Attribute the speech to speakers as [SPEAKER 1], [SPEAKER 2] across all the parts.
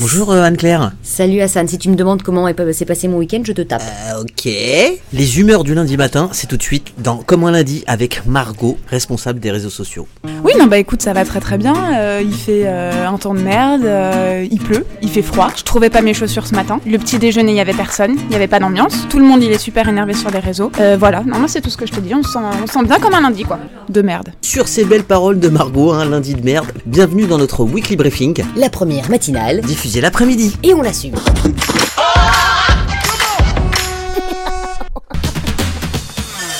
[SPEAKER 1] Bonjour euh, Anne-Claire.
[SPEAKER 2] Salut Hassan, si tu me demandes comment est- s'est passé mon week-end, je te tape.
[SPEAKER 1] Euh, ok. Les humeurs du lundi matin, c'est tout de suite dans Comme un lundi avec Margot, responsable des réseaux sociaux.
[SPEAKER 3] Oui, non, bah écoute, ça va très très bien. Euh, il fait euh, un temps de merde, euh, il pleut, il fait froid. Je trouvais pas mes chaussures ce matin. Le petit déjeuner, il y avait personne, il y avait pas d'ambiance. Tout le monde, il est super énervé sur les réseaux. Euh, voilà, non, moi c'est tout ce que je te dis. On se sent, on se sent bien comme un lundi, quoi. De merde.
[SPEAKER 1] Sur ces belles paroles de Margot, un lundi de merde, bienvenue dans notre weekly briefing,
[SPEAKER 2] La première matinale,
[SPEAKER 1] diffusé l'après-midi.
[SPEAKER 2] et on l'assume.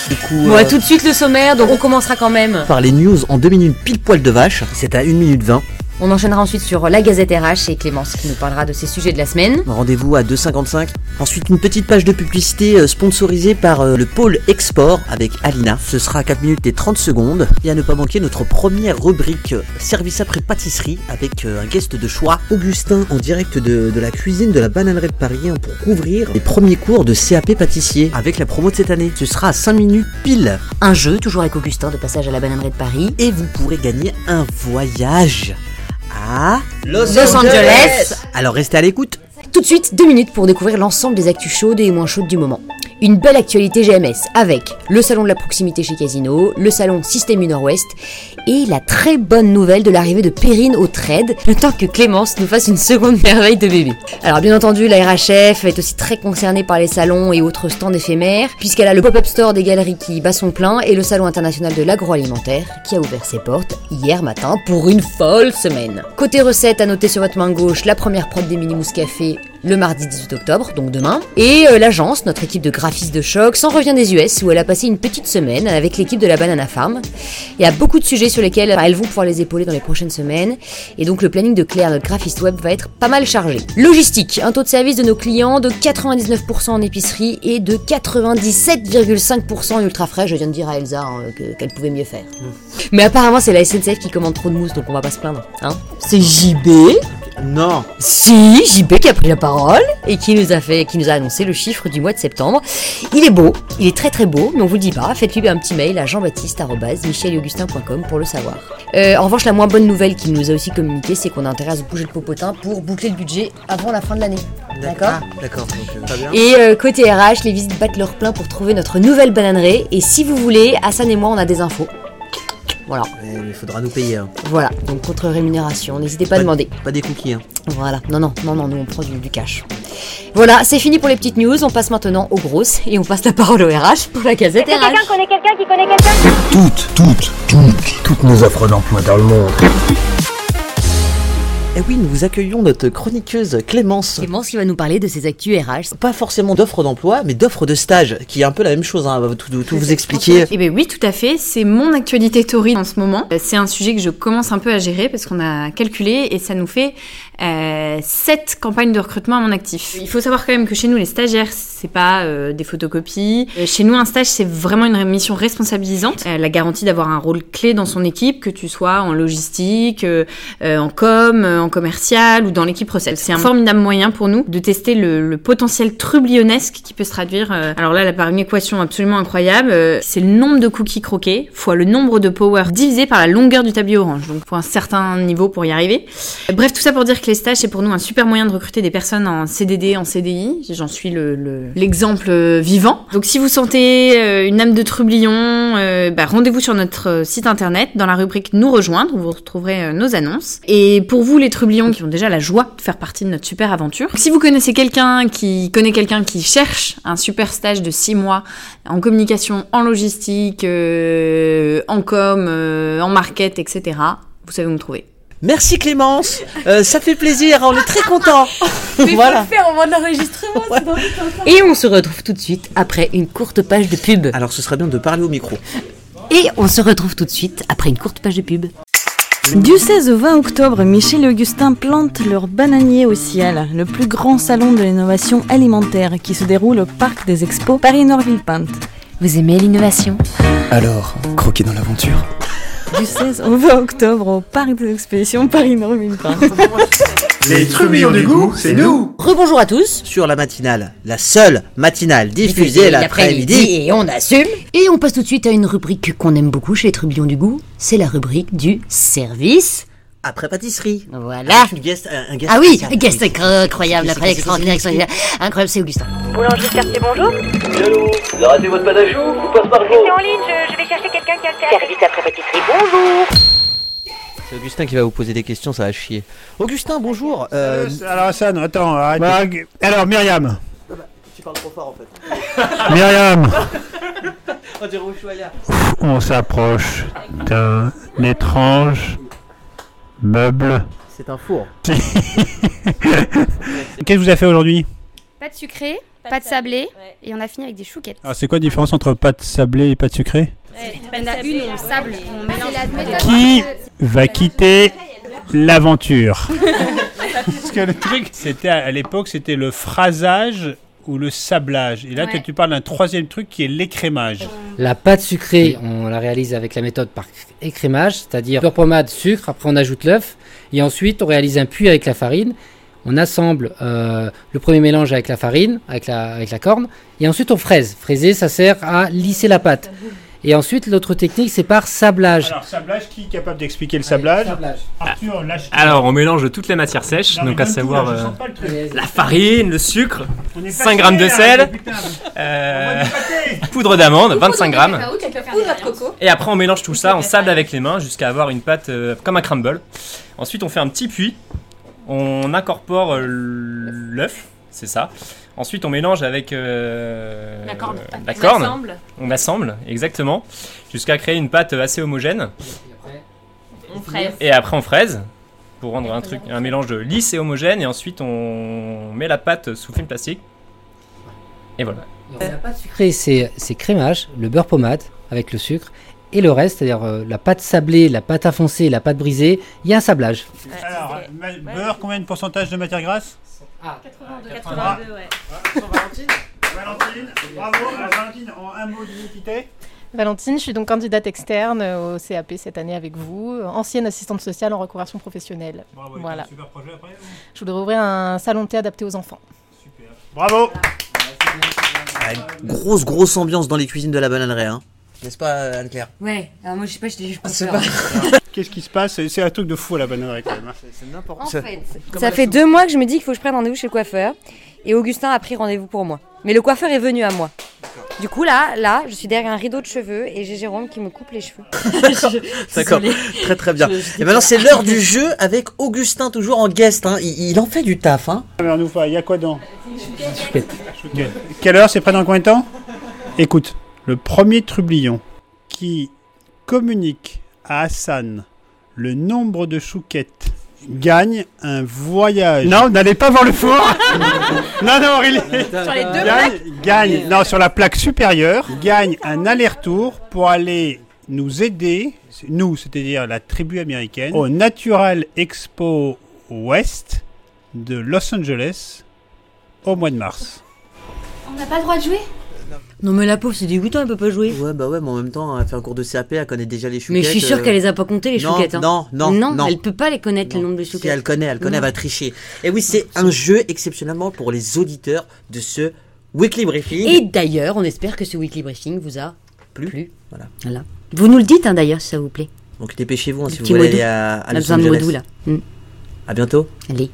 [SPEAKER 1] Du coup,
[SPEAKER 2] Bon,
[SPEAKER 1] euh,
[SPEAKER 2] tout de suite le sommaire, donc on commencera quand même.
[SPEAKER 1] par les news en deux minutes pile poil de vache, c'est à 1 minute 20.
[SPEAKER 2] On enchaînera ensuite sur la Gazette RH et Clémence qui nous parlera de ses sujets de la semaine.
[SPEAKER 1] Rendez-vous à 2,55. Ensuite, une petite page de publicité euh, sponsorisée par euh, le pôle export avec Alina. Ce sera à 4 minutes et 30 secondes. Et à ne pas manquer notre première rubrique euh, service après pâtisserie avec euh, un guest de choix, Augustin, en direct de, de la cuisine de la bananerie de Paris hein, pour couvrir les premiers cours de CAP pâtissier avec la promo de cette année. Ce sera à 5 minutes pile
[SPEAKER 2] Un jeu, toujours avec Augustin, de passage à la bananerie de Paris.
[SPEAKER 1] et vous pourrez gagner un voyage à Los,
[SPEAKER 2] Angeles.
[SPEAKER 1] Alors restez à l'écoute.
[SPEAKER 2] Tout de suite, deux minutes pour découvrir l'ensemble des actus chaudes et moins chaudes du moment. Une belle actualité GMS avec le salon de la proximité chez Casino, le salon Système U Nord-Ouest et la très bonne nouvelle de l'arrivée de Perrine au trade, le temps que Clémence nous fasse une seconde merveille de bébé. Alors bien entendu, la RHF est aussi très concernée par les salons et autres stands éphémères, puisqu'elle a le pop-up store des galeries qui bat son plein et le salon international de l'agroalimentaire qui a ouvert ses portes hier matin pour une folle semaine. Côté recette, à noter sur votre main gauche la première prod des Minimus Café le mardi 18 octobre, donc demain. Et euh, l'agence, notre équipe de graphistes de choc, s'en revient des US où elle a passé une petite semaine avec l'équipe de la Banana Farm. Il y a beaucoup de sujets sur lesquels euh, elles vont pouvoir les épauler dans les prochaines semaines. Et donc le planning de Claire, notre graphiste web, va être pas mal chargé. Logistique, un taux de service de nos clients de 99% en épicerie et de 97,5% en ultra frais. Je viens de dire à Elsa hein, que- qu'elle pouvait mieux faire. Mais apparemment c'est la SNCF qui commande trop de mousse, donc on va pas se plaindre. Hein c'est JB
[SPEAKER 1] Non.
[SPEAKER 2] si, JB qui a pris la parole et qui nous a fait, qui nous a annoncé le chiffre du mois de septembre. Il est beau, il est très très beau, mais on vous le dit pas. Faites-lui un petit mail à jean-baptiste.michelaugustin.com pour le savoir. Euh, en revanche, la moins bonne nouvelle qu'il nous a aussi communiquée, c'est qu'on a intérêt à se bouger le popotin pour boucler le budget avant la fin de l'année. D'accord
[SPEAKER 1] Ah, D'accord. donc, euh,
[SPEAKER 2] et euh, côté RH, les visites battent leur plein pour trouver notre nouvelle bananerie. Et si vous voulez, Hassan et moi, on a des infos. Voilà,
[SPEAKER 1] Ouais, Eh, mais il faudra nous payer. hein.
[SPEAKER 2] voilà. Donc contre rémunération, n'hésitez pas à demander.
[SPEAKER 1] Pas des cookies. Hein.
[SPEAKER 2] Voilà, non, non, non, non, nous on prend du, du cash. Voilà, c'est fini pour les petites news, on passe maintenant aux grosses et on passe la parole au RH pour la casette
[SPEAKER 4] Quelqu'un
[SPEAKER 2] RH.
[SPEAKER 4] connaît quelqu'un qui connaît quelqu'un
[SPEAKER 5] toutes, toutes, toutes, toutes nos offres d'emploi dans le monde.
[SPEAKER 1] Et Eh oui, nous vous accueillons notre chroniqueuse Clémence.
[SPEAKER 2] Clémence qui va nous parler de ses actus RH.
[SPEAKER 1] Pas forcément d'offres d'emploi, mais d'offres de stage, qui est un peu la même chose, hein, on va tout, tout vous expliquer.
[SPEAKER 6] Eh bien oui, tout à fait. C'est mon actualité torride en ce moment. Euh, C'est un sujet que je commence un peu à gérer parce qu'on a calculé et ça nous fait euh, sept campagnes de recrutement à mon actif. Il faut savoir quand même que chez nous, les stagiaires, c'est pas euh, des photocopies. Euh, chez nous, un stage, c'est vraiment une mission responsabilisante. Euh, la garantie d'avoir un rôle clé dans son équipe, que tu sois en logistique, euh, euh, en com, euh, en commercial ou dans l'équipe recette. C'est un formidable moyen pour nous de tester le, le potentiel trublionesque qui peut se traduire. euh, alors là, la par une équation absolument incroyable, euh, c'est le nombre de cookies croqués fois le nombre de power divisé par la longueur du tablier orange. Donc pour un certain niveau pour y arriver. Euh, Bref, tout ça pour dire que les stages c'est pour nous un super moyen de recruter des personnes en CDD, en CDI. J'en suis le- le- l'exemple euh, vivant. Donc si vous sentez euh, une âme de trublion, euh, bah, rendez-vous sur notre euh, site internet dans la rubrique Nous rejoindre où vous retrouverez euh, nos annonces. Et pour vous, les trublions qui ont déjà la joie de faire partie de notre super aventure, si vous connaissez quelqu'un qui connaît quelqu'un qui cherche un super stage de 6 mois en communication, en logistique, euh, en com, euh, en market, etc., vous savez où me trouver.
[SPEAKER 1] Merci Clémence, Euh, ça fait plaisir, on est très contents. voilà.
[SPEAKER 2] Et on se retrouve tout de suite après une courte page de pub.
[SPEAKER 1] Alors ce serait bien de parler au micro.
[SPEAKER 2] Et on se retrouve tout de suite après une courte page de pub.
[SPEAKER 7] Du 16 au 20 octobre, Michel et Augustin plantent leur bananier au ciel, le plus grand salon de l'innovation alimentaire qui se déroule au parc des expos Paris-Nord-Villepinte.
[SPEAKER 2] Vous aimez l'innovation
[SPEAKER 5] Alors, croquez dans l'aventure.
[SPEAKER 7] Du 16 au 20 octobre au parc des expositions Paris-Nord-Villepinte.
[SPEAKER 8] Les trublions du goût, c'est nous
[SPEAKER 2] Rebonjour à tous.
[SPEAKER 1] Sur la matinale, la seule matinale diffusée
[SPEAKER 2] Diffusé
[SPEAKER 1] l'après-midi.
[SPEAKER 2] et on assume. Et on passe tout de suite à une rubrique qu'on aime beaucoup chez les Trubillons du Goût. C'est la rubrique du service
[SPEAKER 1] après pâtisserie.
[SPEAKER 2] Voilà.
[SPEAKER 1] Une guest- un, un guest
[SPEAKER 2] Ah oui,
[SPEAKER 1] spécial.
[SPEAKER 2] un guest incro- incroyable,
[SPEAKER 1] C'est-
[SPEAKER 2] après
[SPEAKER 1] c'est-
[SPEAKER 2] extraordinaire, extraordinaire. Incroyable, c'est Augustin.
[SPEAKER 4] Boulangerie Cartier, bonjour.
[SPEAKER 9] Allô Vous raté votre pâte à choux Vous passe par
[SPEAKER 4] C'est en ligne, je, je vais chercher quelqu'un qui a le service après pâtisserie, bonjour.
[SPEAKER 1] C'est Augustin qui va vous poser des questions, ça va chier. Augustin, bonjour. Euh,
[SPEAKER 10] Alors Hassan, attends, arrête. Mag- Alors Myriam.
[SPEAKER 1] tu parles trop fort en fait.
[SPEAKER 10] Myriam,
[SPEAKER 1] Oh, du Ushuaïa.
[SPEAKER 10] on s'approche d'un étrange meuble.
[SPEAKER 1] C'est un four.
[SPEAKER 10] Qu'est-ce que vous avez fait aujourd'hui
[SPEAKER 4] Pas de sucré, pas de sablé, et on a fini avec des chouquettes.
[SPEAKER 10] Alors c'est quoi la différence entre pâte sablée et pâte sucrée
[SPEAKER 4] On a une, on sable,
[SPEAKER 2] Ah,
[SPEAKER 4] on mélange.
[SPEAKER 10] Qui va quitter l'aventure Parce que le truc, c'était à à l'époque, c'était le phrasage ou le sablage. Et là,
[SPEAKER 4] Ouais.
[SPEAKER 10] tu parles d'un troisième truc qui est l'écrémage.
[SPEAKER 11] La pâte sucrée, on la réalise avec la méthode par écrémage, c'est-à-dire beurre pommade, sucre, après on ajoute l'œuf, et ensuite on réalise un puits avec la farine. On assemble euh, le premier mélange avec la farine, avec la, avec la corne, et ensuite on fraise. Fraiser, ça sert à lisser la pâte. Et ensuite, l'autre technique, c'est par sablage.
[SPEAKER 10] Alors sablage, qui est capable d'expliquer le sablage Ah, Arthur, lâche.
[SPEAKER 9] Alors, on mélange toute la matière sèche, Ah, donc à savoir euh, la farine, le sucre, 5 grammes de sel, euh, poudre d'amande, 25 grammes. Et après, on mélange tout ça, on sable avec les mains jusqu'à avoir une pâte euh, comme un crumble. Ensuite, on fait un petit puits. On incorpore euh, l'œuf, c'est ça. Ensuite, on mélange avec euh, la corne. On assemble, exactement, jusqu'à créer une pâte assez homogène. Et après, on fraise pour rendre un truc, un mélange de lisse et homogène. Et ensuite, on met la pâte sous film plastique. Et voilà.
[SPEAKER 11] La pâte sucrée, c'est c'est crémage, le beurre pommade avec le sucre, et le reste, c'est-à-dire euh, la pâte sablée, la pâte à foncer, la pâte brisée, il y a un sablage.
[SPEAKER 10] Alors, ma- beurre, combien de pourcentage de matière grasse Valentine, bravo, Valentine, en un mot d'identité.
[SPEAKER 4] Valentine, je suis donc candidate externe euh, au CAP cette année avec vous, ancienne assistante sociale en reconversion professionnelle.
[SPEAKER 10] Bravo,
[SPEAKER 4] et Voilà. quel
[SPEAKER 10] super projet après.
[SPEAKER 4] Je voudrais ouvrir un salon de thé adapté aux enfants.
[SPEAKER 10] Bravo
[SPEAKER 1] Ah, Grosse, grosse ambiance dans les cuisines de la bananerie, hein. N'est-ce pas, euh, Anne-Claire
[SPEAKER 2] Ouais, alors moi je sais pas, je t'ai je
[SPEAKER 10] Qu'est-ce qui se passe C'est un truc de fou à la bananerie quand même.
[SPEAKER 1] C'est n'importe
[SPEAKER 2] En fait, ça fait deux mois que je me dis qu'il faut que je prenne rendez-vous chez le coiffeur. Et Augustin a pris rendez-vous pour moi. Mais le coiffeur est venu à moi. Du coup, là, là, je suis derrière un rideau de cheveux et j'ai Jérôme qui me coupe les cheveux.
[SPEAKER 1] D'accord, très très bien. Et maintenant, c'est l'heure du jeu avec Augustin, toujours en guest. Hein. Il, il en fait du taf, hein.
[SPEAKER 10] il y a quoi dedans Quelle heure C'est près dans combien de temps Écoute, le premier trublion qui communique à Hassan le nombre de chouquettes gagne un voyage. Non, n'allez pas voir le four Non, non, Aurélie
[SPEAKER 11] Sur les deux
[SPEAKER 10] gagne, gagne, non, sur la plaque supérieure, gagne un aller-retour pour aller nous aider, nous, c'est-à-dire la tribu américaine, au Natural Expo West de Los Angeles au mois de mars.
[SPEAKER 2] Non, mais la pauvre, c'est dégoûtant, elle peut pas jouer.
[SPEAKER 1] Ouais, bah ouais, mais en même temps, elle fait un cours de CAP, elle connaît déjà les
[SPEAKER 2] Mais
[SPEAKER 1] chouquettes.
[SPEAKER 2] je suis sûre
[SPEAKER 1] euh,
[SPEAKER 2] qu'elle les a pas comptés, les
[SPEAKER 1] non,
[SPEAKER 2] chouquettes. hein.
[SPEAKER 1] non, non, non.
[SPEAKER 2] elle peut pas les connaître, le
[SPEAKER 1] Non.
[SPEAKER 2] nombre de
[SPEAKER 1] Si
[SPEAKER 2] chouquettes. Mm.
[SPEAKER 1] elle connaît, elle connaît, elle va tricher. Et oui, c'est un jeu exceptionnellement pour les auditeurs de ce Weekly Briefing.
[SPEAKER 2] Et d'ailleurs, on espère que ce weekly briefing vous a
[SPEAKER 1] Plu.
[SPEAKER 2] plu.
[SPEAKER 1] Voilà.
[SPEAKER 2] Voilà. Vous nous le dites, hein, d'ailleurs, si ça vous plaît.
[SPEAKER 1] Donc dépêchez-vous hein, si
[SPEAKER 2] Le
[SPEAKER 1] vous
[SPEAKER 2] petit
[SPEAKER 1] voulez
[SPEAKER 2] mot doux.
[SPEAKER 1] aller à, à
[SPEAKER 2] On a
[SPEAKER 1] Los
[SPEAKER 2] besoin de mots
[SPEAKER 1] Angeles.
[SPEAKER 2] doux, là. Mm.
[SPEAKER 1] À bientôt.
[SPEAKER 2] Allez.